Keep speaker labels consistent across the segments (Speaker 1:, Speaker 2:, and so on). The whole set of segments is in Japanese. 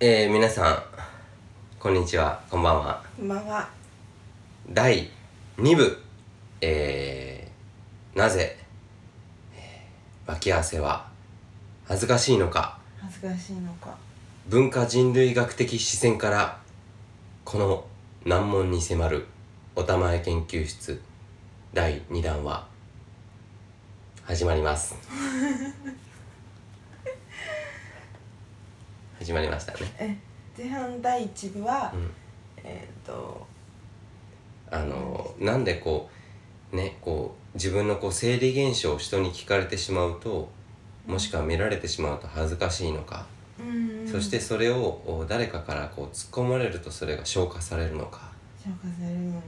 Speaker 1: えー、皆さんこんにちはこんばんは
Speaker 2: こんばんは。
Speaker 1: 第2部えー、なぜ、えー脇汗は恥ずかしいのか
Speaker 2: 恥ずかしいのか。
Speaker 1: 文化人類学的視線からこの難問に迫るおたまえ研究室第2弾は始まります始まりましたね
Speaker 2: え、前半第一部は、
Speaker 1: うん
Speaker 2: えっ、と、
Speaker 1: あのなんでこうねこう自分のこう生理現象を人に聞かれてしまうともしくは見られてしまうと恥ずかしいのか、
Speaker 2: うん、
Speaker 1: そして
Speaker 2: 消
Speaker 1: それをお誰かからこう突っ込まれるとそれが消化されるのか
Speaker 2: 化されるよね。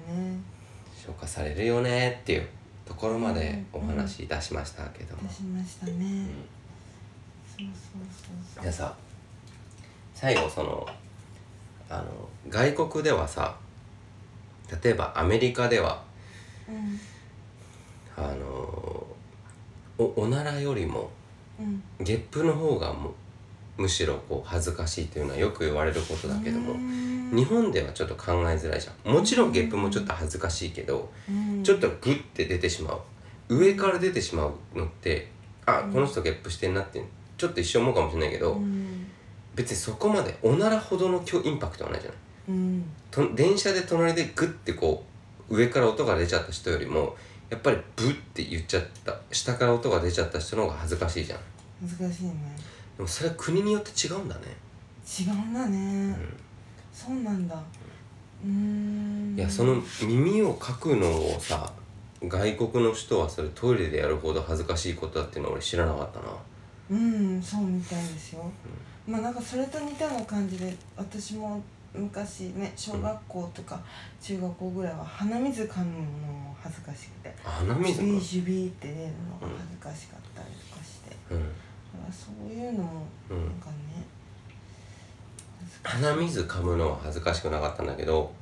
Speaker 1: 消化されるよねっていうところまでお
Speaker 2: うん
Speaker 1: 話し出しましたけども、
Speaker 2: 出しましたね。そうそうそう
Speaker 1: じゃ
Speaker 2: そう。
Speaker 1: あさ最後そのあの外国ではさ例えばアメリカでは
Speaker 2: うん
Speaker 1: あのおおならよりも
Speaker 2: うん。
Speaker 1: ゲップの方がむむしろこう恥ずかしいというのはよく言われることだけども日
Speaker 2: 日
Speaker 1: 本ではちょっと考えづらいじゃんもちろんゲップもちょっと恥ずかしいけど
Speaker 2: 本
Speaker 1: ちょっとグッて出てしまう上から出てしまうのってあ
Speaker 2: うん
Speaker 1: この人ゲップしてんなってちょっと一瞬思うかもしれないけ
Speaker 2: う
Speaker 1: ど
Speaker 2: ん。
Speaker 1: 別にそこまでおならほどの強インパクトはないじゃない
Speaker 2: うん。
Speaker 1: と電車で隣でグッてこう上から音が出ちゃった人よりもやっぱりブッて言っちゃった下から音が出ちゃった人の方が恥ずかしいじゃん
Speaker 2: 難しいね。
Speaker 1: でもそれは国によって違うんだね
Speaker 2: 違うんだね。
Speaker 1: うん
Speaker 2: そうなんだ。うーん。
Speaker 1: いやその耳をかくのをさ外国の人はそれトイレでやるほど恥ずかしいことだっていうのは俺知らなかったな
Speaker 2: うんそうみたいですよ、まあなんかそれと似たような感じで私も昔ね小学校とか中学校ぐらいは鼻水噛むのも恥ずかしくて
Speaker 1: 鼻
Speaker 2: シ
Speaker 1: 水
Speaker 2: ュビ
Speaker 1: も
Speaker 2: ーシュビーって出るのが恥ずかしかったりとかして、
Speaker 1: うん
Speaker 2: まあそういうのも
Speaker 1: う
Speaker 2: なん
Speaker 1: ん
Speaker 2: かね恥ずかしい
Speaker 1: 鼻水噛むのは恥ずかしくなかったんだけど、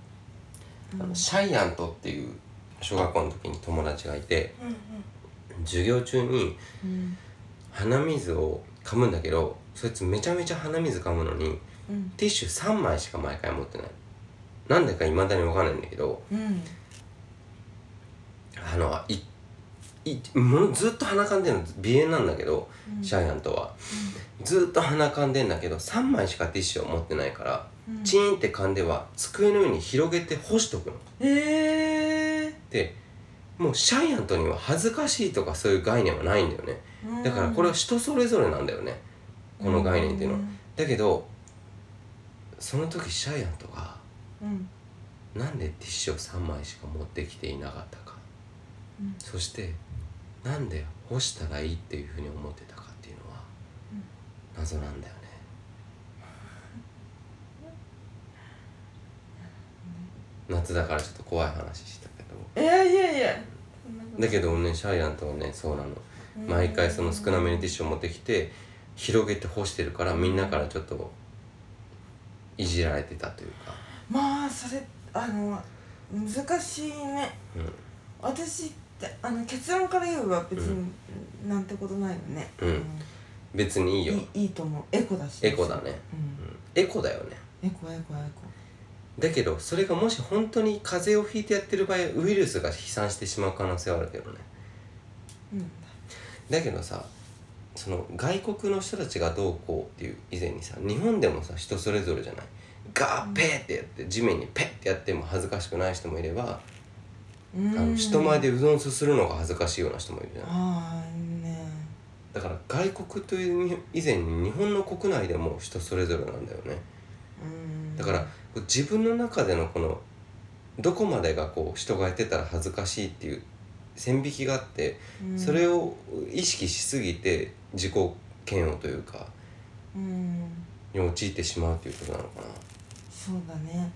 Speaker 2: うん
Speaker 1: あのシャイアントっていう小学校の時に友達がいて授業中に
Speaker 2: うん
Speaker 1: 鼻水を噛むんだけどそいつめちゃめちゃ鼻水噛むのに
Speaker 2: うん
Speaker 1: ティッシュ3枚しか毎回持ってないなんでか未だに分かんないんだけど
Speaker 2: うんうん
Speaker 1: あのいいもうずっと鼻かんでるの鼻炎なんだけど、
Speaker 2: うん
Speaker 1: シャイアントはずっと鼻かんでんだけど3枚しかティッシュを持ってないから、
Speaker 2: うん
Speaker 1: チーンってかんでは机の上に広げて干しとくの
Speaker 2: え
Speaker 1: でもうシャイアントには恥ずかしいとかそういう概念はないんだよね
Speaker 2: ー、
Speaker 1: だからこれは人それぞれなんだよねこの概念っていうのは、だけどその時シャイアントが
Speaker 2: うん
Speaker 1: なんでティッシュを3枚しか持ってきていなかったか
Speaker 2: うん
Speaker 1: そしてなんで干したらいいっていうふうに思ってたかっていうのは
Speaker 2: うん
Speaker 1: 謎なんだよね夏だからちょっと怖い話したけど
Speaker 2: えー、いやいやそんなこと
Speaker 1: だけどねシャイアントはねそうなの
Speaker 2: うん
Speaker 1: 毎回その少なめにティッシュを持ってきて広げて干してるからみんなからちょっといじられてたというか
Speaker 2: まあそれあの難しいね私ってあの結論から言えば別に、なんてことないよね、
Speaker 1: うん別にいいよ
Speaker 2: いいいいと思うエコだし
Speaker 1: エコだね
Speaker 2: うん
Speaker 1: エコだよね
Speaker 2: エコエコエコ
Speaker 1: だけどそれがもし本当に風邪をひいてやってる場合ウイルスが飛散してしまう可能性はあるけどね
Speaker 2: うん
Speaker 1: だけどさその外国の人たちがどうこうっていう以前にさ日本でもさ人それぞれじゃないガーペーってやって地面にペッてやっても恥ずかしくない人もいれば、
Speaker 2: うん
Speaker 1: あの人前でうどんすするのが恥ずかしいような人もいるじゃない
Speaker 2: ああね
Speaker 1: だから外国という以前に日本の国内でも人それぞれなんだよね
Speaker 2: うん
Speaker 1: だからこう自分の中でのこのどこまでがこう人がやってたら恥ずかしいっていう線引きがあって
Speaker 2: うん
Speaker 1: それを意識しすぎて自己嫌悪というか
Speaker 2: うん
Speaker 1: に陥ってしまうということなのかな
Speaker 2: そうだね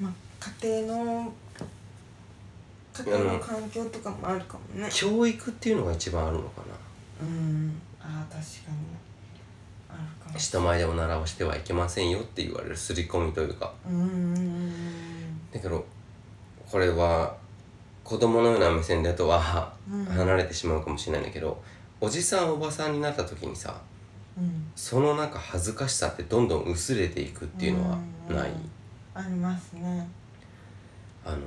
Speaker 2: まあ家庭の家庭の環境とかもあるかもね
Speaker 1: 教育っていうのが一番あるのか
Speaker 2: うんああ確かにあるかも
Speaker 1: な人前でおならをしてはいけませんよって言われる刷り込みというか
Speaker 2: 離
Speaker 1: だけどこれは子供のような目線だとは離れてしまうかもしれないんだけどおじさんおばさんになった時にさ
Speaker 2: うん
Speaker 1: そのなんか恥ずかしさってどんどん薄れていくっていうのはない、
Speaker 2: うんありますね
Speaker 1: あの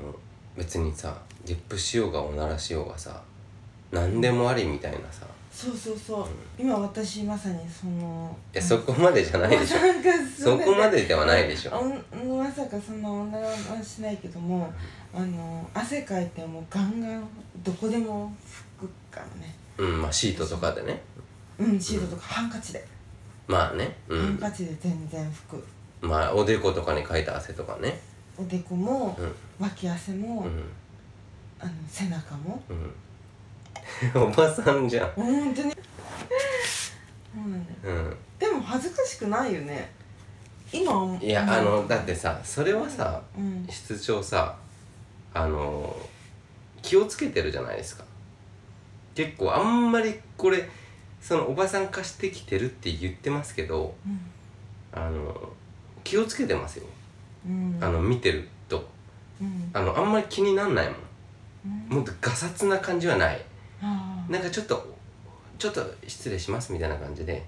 Speaker 1: 別にさゲップしようがおならしようがさ何でもありみたいなさ
Speaker 2: そうそうそう、
Speaker 1: うん
Speaker 2: 今私まさにその
Speaker 1: いやそこまでじゃないでしょ
Speaker 2: なんか
Speaker 1: そこまでではないでしょ
Speaker 2: おまさかそんな女はしないけどもあの汗かいてもうガンガンどこでも拭くからね
Speaker 1: うんまあシートとかでね
Speaker 2: うんシートとかハンカチで、
Speaker 1: まあねう
Speaker 2: ハン
Speaker 1: ん
Speaker 2: カチで全然拭く
Speaker 1: まあおでことかにかいた汗とかね
Speaker 2: おでこも
Speaker 1: うん
Speaker 2: 脇汗も、
Speaker 1: うん
Speaker 2: あの背中も
Speaker 1: うん おばさんじゃん
Speaker 2: 本当にそうなんだよ
Speaker 1: うん
Speaker 2: でも恥ずかしくないよね今思う
Speaker 1: いやあのだってさそれはさ
Speaker 2: うん
Speaker 1: 室長さあの気をつけてるじゃないですか結構あんまりこれそのおばさん化してきてるって言ってますけどあの気をつけてますよ
Speaker 2: うんうん
Speaker 1: あの見てると
Speaker 2: うん
Speaker 1: あのあんまり気になんないも
Speaker 2: うん
Speaker 1: んもっとガサツな感じはない
Speaker 2: ああ
Speaker 1: なんかちょっとちょっと失礼しますみたいな感じで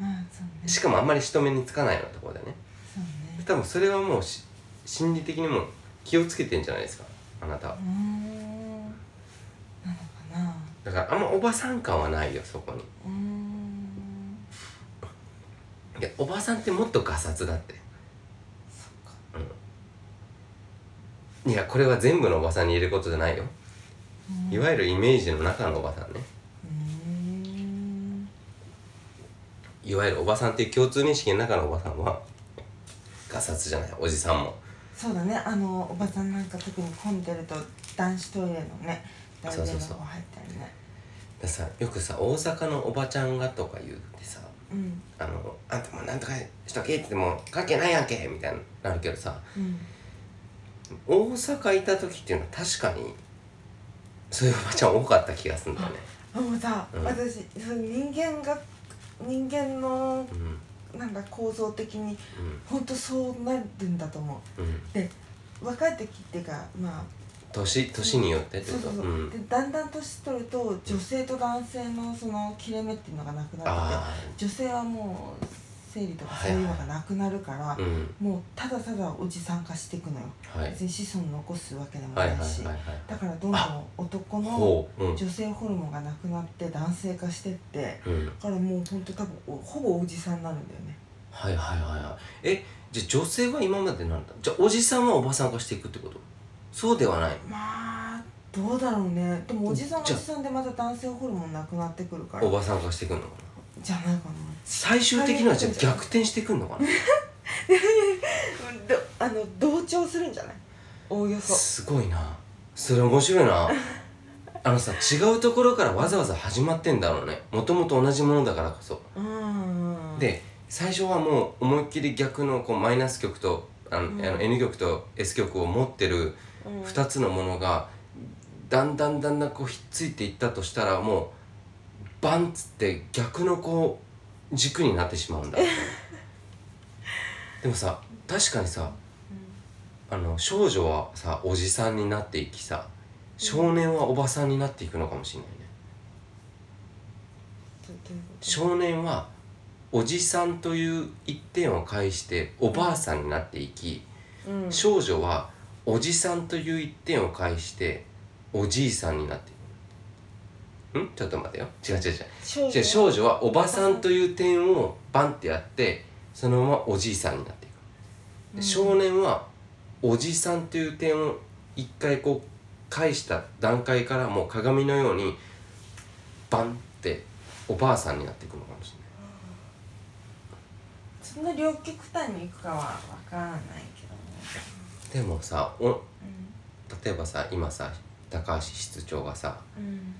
Speaker 2: うんそうね
Speaker 1: しかもあんまり人目につかないようなところでね
Speaker 2: そうね
Speaker 1: 多分それはもうし心理的にも気をつけてんじゃないですかあなた
Speaker 2: うーんなのかな
Speaker 1: だからあんまおばさん感はないよそこに
Speaker 2: うーん
Speaker 1: いやおばさんってもっとガサツだって
Speaker 2: そっか
Speaker 1: いやこれは全部のおばさんに言えることじゃないよ
Speaker 2: うん
Speaker 1: いわゆるイメージの中のおばさんね
Speaker 2: うーん
Speaker 1: いわゆるおばさんっていう共通認識の中のおばさんはガサツじゃないおじさんも
Speaker 2: そうだねあのおばさんなんか特に混んでると男子トイレのね大
Speaker 1: そう
Speaker 2: 事
Speaker 1: そう
Speaker 2: な
Speaker 1: そう
Speaker 2: 方入ったりね
Speaker 1: でさよくさ大阪のおばちゃんがとか言うってさ
Speaker 2: うん
Speaker 1: あの「あんたもうなんとかしとけ」って言っても関係ないやんけみたいになるけどさ
Speaker 2: うん
Speaker 1: 大阪いた時っていうのは確かにそういうおばちゃん多かった気がするんだよね
Speaker 2: あもうさ、
Speaker 1: うん
Speaker 2: 私その人間が人間の
Speaker 1: うん
Speaker 2: なんか構造的に本当そうなるんだと思
Speaker 1: うんうん
Speaker 2: うで若い時っていうかまあ
Speaker 1: 年年によってって
Speaker 2: そう
Speaker 1: こ
Speaker 2: そ
Speaker 1: と
Speaker 2: うそう、
Speaker 1: うん
Speaker 2: でだんだん年取ると女性と男性のその切れ目っていうのがなくなって
Speaker 1: あ
Speaker 2: て女性はもう生理とかそういうのがなくなるから、
Speaker 1: あうん
Speaker 2: もうただただおじさん化していくのよ
Speaker 1: はい
Speaker 2: 別に子孫残すわけでも
Speaker 1: は
Speaker 2: ない
Speaker 1: は
Speaker 2: い
Speaker 1: いはい
Speaker 2: し、
Speaker 1: はい
Speaker 2: だからどんどん男の
Speaker 1: ほううん
Speaker 2: 女性ホルモンがなくなって男性化してってだ
Speaker 1: うん
Speaker 2: からもうほんと多分おほぼおじさんになるんだよね
Speaker 1: はいはいはいはいえじゃあ女性は今までなんだじゃあおじさんはおばさん化していくってことそうではない
Speaker 2: まあどうだろうねでもおじさんはお
Speaker 1: じ
Speaker 2: じ
Speaker 1: ゃあ
Speaker 2: さんでまた男性ホルモンなくなってくるから
Speaker 1: おばさん化していくのかな
Speaker 2: じゃないかな
Speaker 1: 最終的にはじゃあ逆転していくのかな
Speaker 2: うんどあの同調するんじゃないおおよそ
Speaker 1: すごいなそれ面白い なあのさ違うところからわざわざ始まってんだろうねもともと同じものだからこそ
Speaker 2: うん
Speaker 1: で最初はもう思いっきり逆のこうマイナス極とあの、
Speaker 2: うん
Speaker 1: あの N 極と S 極を持ってる
Speaker 2: うん
Speaker 1: 2つのものがだんだんだんだんこうひっついていったとしたらもうバンっつって逆のこう軸になってしま うんだでもさ確かにさあの少女はさおじさんになっていきさ少年はおばさんになっていくのかもしれないね
Speaker 2: どどういうこと
Speaker 1: 少年はおじさんという一点を介しておばあさんになっていき
Speaker 2: うん
Speaker 1: 少女はおじさんという一点を介しておじいさんになっていくんちょっと待てよ違う違う違う
Speaker 2: 少
Speaker 1: じゃあ少女はおばさんという点をバンってやってそのままおじいさんになっていく
Speaker 2: う
Speaker 1: で
Speaker 2: ん
Speaker 1: 少年はおじさんという点を一回こう返した段階からもう鏡のようにバンっておばあさんになっていくのかもし
Speaker 2: そんな両極端に行くかはわからないけどね
Speaker 1: れないでもさお例えばさ今さ高橋室長がさ
Speaker 2: うんうん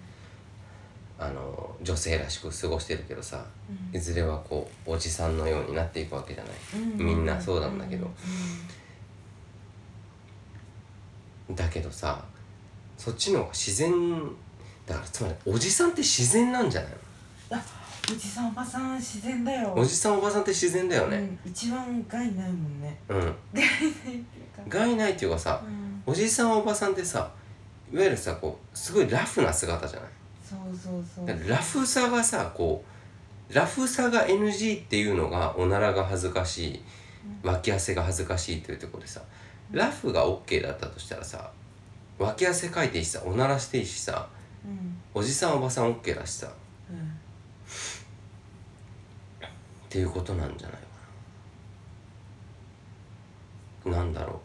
Speaker 1: あの女性らしく過ごしてるけどさ
Speaker 2: うん
Speaker 1: いずれはこうおじさんのようになっていくわけじゃない
Speaker 2: うん
Speaker 1: みんなそうなんだけど
Speaker 2: うん
Speaker 1: だけどさそっちの方が自然だからつまりおじさんって自然なんじゃない
Speaker 2: おじさんおばさん自然だよ
Speaker 1: のおじさんおばさんって自然だよね
Speaker 2: うん一番害ないもんね
Speaker 1: うん、
Speaker 2: う
Speaker 1: 害ないっていうかさ
Speaker 2: ん
Speaker 1: おじさんおばさんってさいわゆるさこうすごいラフな姿じゃない
Speaker 2: そうそうそう
Speaker 1: だからラフさがさこうラフさが NG っていうのがおならが恥ずかしい脇汗が恥ずかしいというところでさラフが OK だったとしたらさ脇汗かいていいしさおならしていいしさ
Speaker 2: うん
Speaker 1: おじさんおばさん OK だしさっ
Speaker 2: うん
Speaker 1: ていうことなんじゃないかななんだろ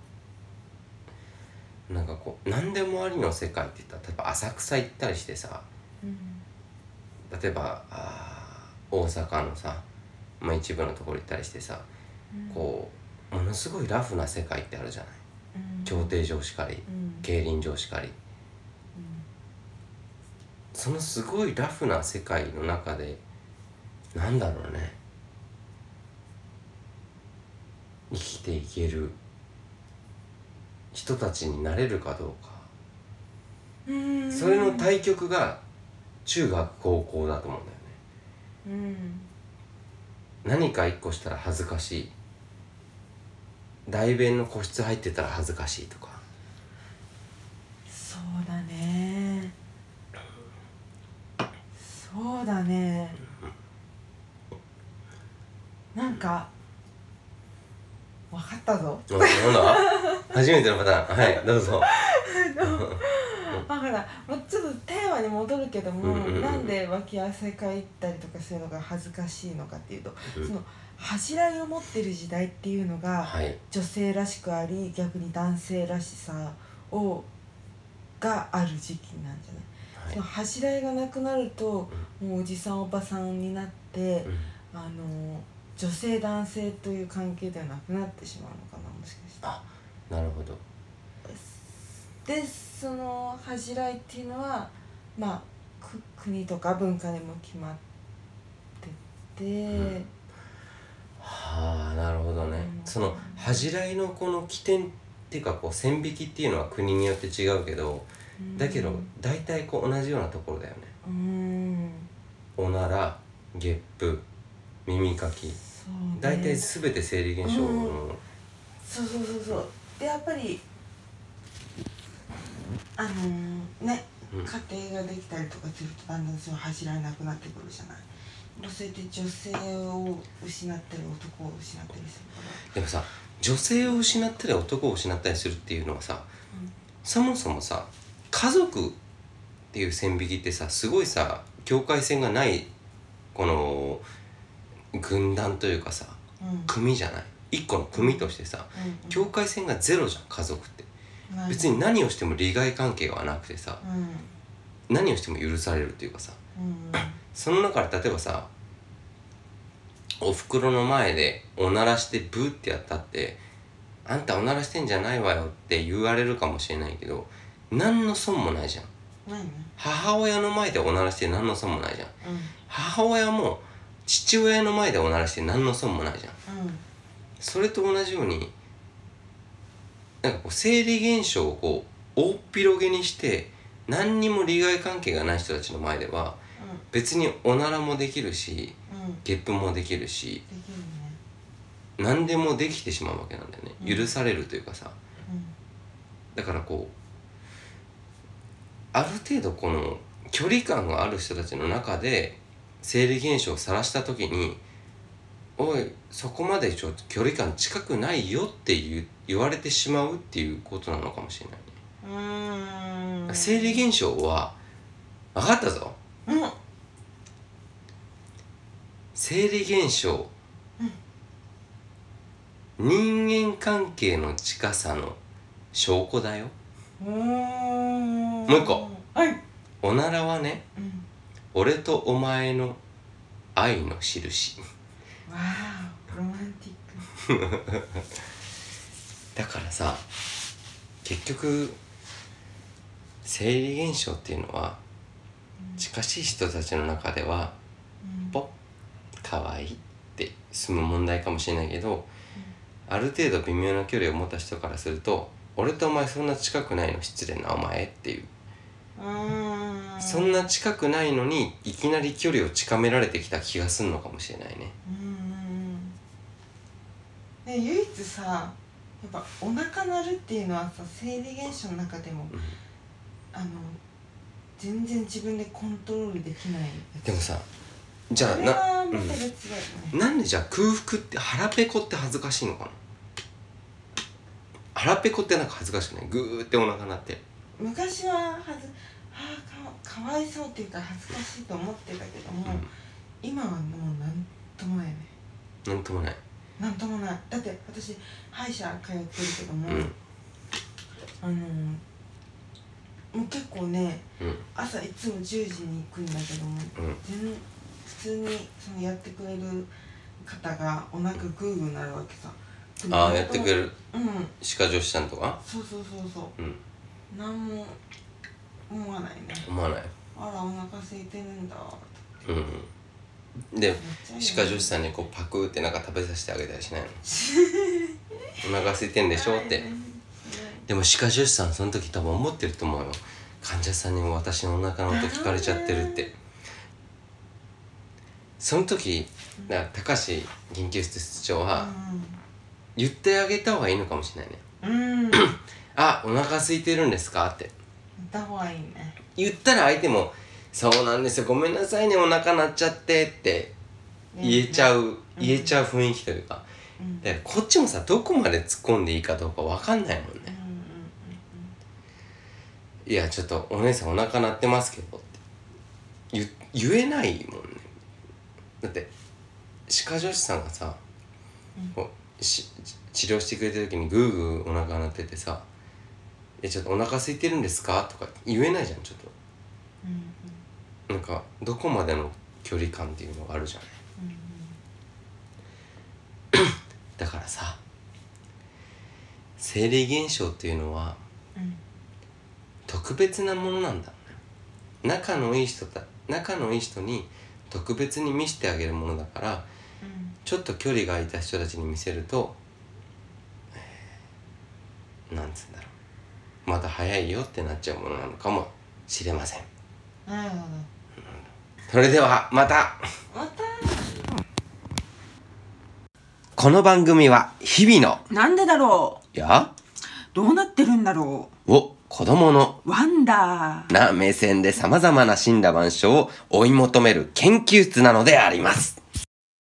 Speaker 1: うなんかこう何でもありの世界って言ったら例えば浅草行ったりしてさ
Speaker 2: うん
Speaker 1: 例えばあー大阪のさ、まあ、一部のところ行ったりしてさこうものすごいラフな世界ってあるじゃない
Speaker 2: うん
Speaker 1: 競艇場しかり
Speaker 2: うん
Speaker 1: 競輪場しかりそのすごいラフな世界の中でなんだろうね生きていける人たちになれるかどうか
Speaker 2: うん
Speaker 1: それの対局が中学高校だと思うんだよね
Speaker 2: うん
Speaker 1: 何か一個したら恥ずかしい大便の個室入ってたら恥ずかしい とか
Speaker 2: そうだねそうだねなんかわかったぞ
Speaker 1: あなんだ初めてのパターンはいどうぞ
Speaker 2: だからもうちょっとテーマに戻るけども、
Speaker 1: うんうんうん
Speaker 2: なんで脇汗かいたりとかするのが恥ずかしいのかっていうと、
Speaker 1: うん
Speaker 2: その恥じらいを持ってる時代っていうのが、
Speaker 1: はい
Speaker 2: 女性らしくあり逆に男性らしさをがある時期なんじゃない、
Speaker 1: はい
Speaker 2: その恥じらいがなくなると、もうおじさんおばさんになって、
Speaker 1: うん
Speaker 2: あの女性男性という関係ではなくなってしまうのかなもしかして。
Speaker 1: なるほど
Speaker 2: でその恥じらいっていうのはまあく国とか文化でも決まってて、
Speaker 1: んはあなるほどね、
Speaker 2: うん
Speaker 1: その恥じらいのこの起点っていうかこう線引きっていうのは国によって違うけど
Speaker 2: うん
Speaker 1: だけど大体こう同じようなところだよね
Speaker 2: うん
Speaker 1: おならゲップ耳かき
Speaker 2: そうね
Speaker 1: 大体全て生理現象の
Speaker 2: そうそうそうそうでやっぱりあのーね
Speaker 1: うん
Speaker 2: 家庭ができたりとかするとだんだんその恥じらいなくなってくるじゃないそうやって女性を失ったり男を失ったりするから
Speaker 1: でもさ女性を失ったり男を失ったりするっていうのはさ、
Speaker 2: うん
Speaker 1: そもそもさ家族っていう線引きってさすごいさ境界線がないこの軍団というかさ
Speaker 2: うん
Speaker 1: 組じゃない一個の組としてさ境界線がゼロじゃん家族って
Speaker 2: うん
Speaker 1: 別に何をしても利害関係はなくてさ
Speaker 2: うん
Speaker 1: 何をしても許されるっていうかさ
Speaker 2: うん
Speaker 1: その中で例えばさお袋の前でおならしてブーってやったって「あんたおならしてんじゃないわよ」って言われるかもしれないけど何の損もないじゃん
Speaker 2: ないね
Speaker 1: 母親の前でおならして何の損もないじゃん
Speaker 2: うん
Speaker 1: 母親も父親の前でおならして何の損もないじゃん
Speaker 2: うん
Speaker 1: それと同じようになんかこう生理現象をこう大っ広げにして何にも利害関係がない人たちの前では別におならもできるし
Speaker 2: うんうんで
Speaker 1: ゲップもできるし
Speaker 2: きるね
Speaker 1: 何でもできてしまうわけなんだよ
Speaker 2: う
Speaker 1: ね
Speaker 2: ん
Speaker 1: 許されるというかさだからこうある程度この距離感がある人たちの中で生理現象を晒した時に「おいそこまでちょっと距離感近くないよ」って言う言われてしまうっていうことなのかもしれないね、
Speaker 2: うんうん
Speaker 1: 生理現象は「分かったぞ
Speaker 2: うん
Speaker 1: 生理現象、人間関係の近さの証拠だよ
Speaker 2: うん
Speaker 1: もう一個
Speaker 2: はい
Speaker 1: おならはね
Speaker 2: うん
Speaker 1: 俺とお前の愛の印
Speaker 2: わあロマンティック
Speaker 1: だからさ結局生理現象っていうのは近しい人たちの中では
Speaker 2: うん
Speaker 1: ポッかわいいって済む問題かもしれないけどある程度微妙な距離を持った人からすると俺とお前そんな近くないの失礼なお前っていう
Speaker 2: うん
Speaker 1: そんな近くないのにいきなり距離を近められてきた気がすんのかもしれないね
Speaker 2: うんね唯一さやっぱお腹鳴るっていうのはさ生理現象の中でも
Speaker 1: うん
Speaker 2: あの全然自分でコントロールできないやつ
Speaker 1: でもさじゃあ
Speaker 2: それ
Speaker 1: な、
Speaker 2: はまた別だよね、
Speaker 1: なんでじゃあ空腹って腹ペコって恥ずかしいのかな腹ペコってなんか恥ずかしくないグーってお腹鳴って
Speaker 2: 昔ははずあーかかわいそうっていうか恥ずかしいと思ってたけども、
Speaker 1: うん
Speaker 2: 今はもうなんともないね
Speaker 1: なんともない
Speaker 2: なんともないだって私歯医者通ってるけど
Speaker 1: う
Speaker 2: も、
Speaker 1: ん
Speaker 2: あのもう結構ね
Speaker 1: うん
Speaker 2: 朝いつも10時に行くんだけども
Speaker 1: うん
Speaker 2: 全普通にそのやってくれる方がお腹グーグーなるわけさ
Speaker 1: ああやってくれ
Speaker 2: る
Speaker 1: る
Speaker 2: うん
Speaker 1: 歯科助手さんとか
Speaker 2: そうそうそうそう
Speaker 1: うん
Speaker 2: 何も思わないね
Speaker 1: 思わない
Speaker 2: あらお腹空いてるんだと
Speaker 1: うんで歯科助手さんにこうパクってなんか食べさせてあげたりしないのお腹空いてんでしょってでも歯科助手さんその時多分思ってると思うよ患者さんにも私のお腹の音聞かれちゃってるってその時だから高橋研究室室長は言ってあげた方がいいのかもしれないね
Speaker 2: うん、うん、
Speaker 1: 「あお腹空いてるんですか?」って
Speaker 2: だ方がいいね
Speaker 1: 言ったら相手も「そうなんですよごめんなさいねお腹鳴っちゃって」って言えちゃ
Speaker 2: う、
Speaker 1: う言えちゃう雰囲気というか
Speaker 2: うん、
Speaker 1: だからこっちもさどこまで突っ込んでいいかどうか分かんないもん
Speaker 2: う
Speaker 1: ね
Speaker 2: んうんうんう
Speaker 1: 「
Speaker 2: ん
Speaker 1: いやちょっとお姉さんお腹鳴ってますけど」って言言えないもんねだって歯科助手さんがさ
Speaker 2: うん
Speaker 1: こうし治療してくれた時にグーグーお腹鳴っててさ「えちょっとお腹空いてるんですか?」とか言えないじゃんちょっ
Speaker 2: うんうん
Speaker 1: となんかどこまでの距離感っていうのがあるじゃんだからさ生理現象っていうのは
Speaker 2: うんうん
Speaker 1: 特別なものなんだ仲のいい人だ仲のいい人に特別に見せてあげるものだから
Speaker 2: うん
Speaker 1: ちょっと距離が空いた人たちに見せると、えーなんつうんだろうまだ早いよってなっちゃうものなのかもしれません
Speaker 2: なるほ
Speaker 1: それではまた
Speaker 2: どまた
Speaker 1: この番組は日々の
Speaker 3: なんでだろう
Speaker 1: や
Speaker 3: どうなってるんだろ
Speaker 1: を子供の
Speaker 3: うワンダー
Speaker 1: な目線で様々な死んだ万象を追い求める研究室なのであります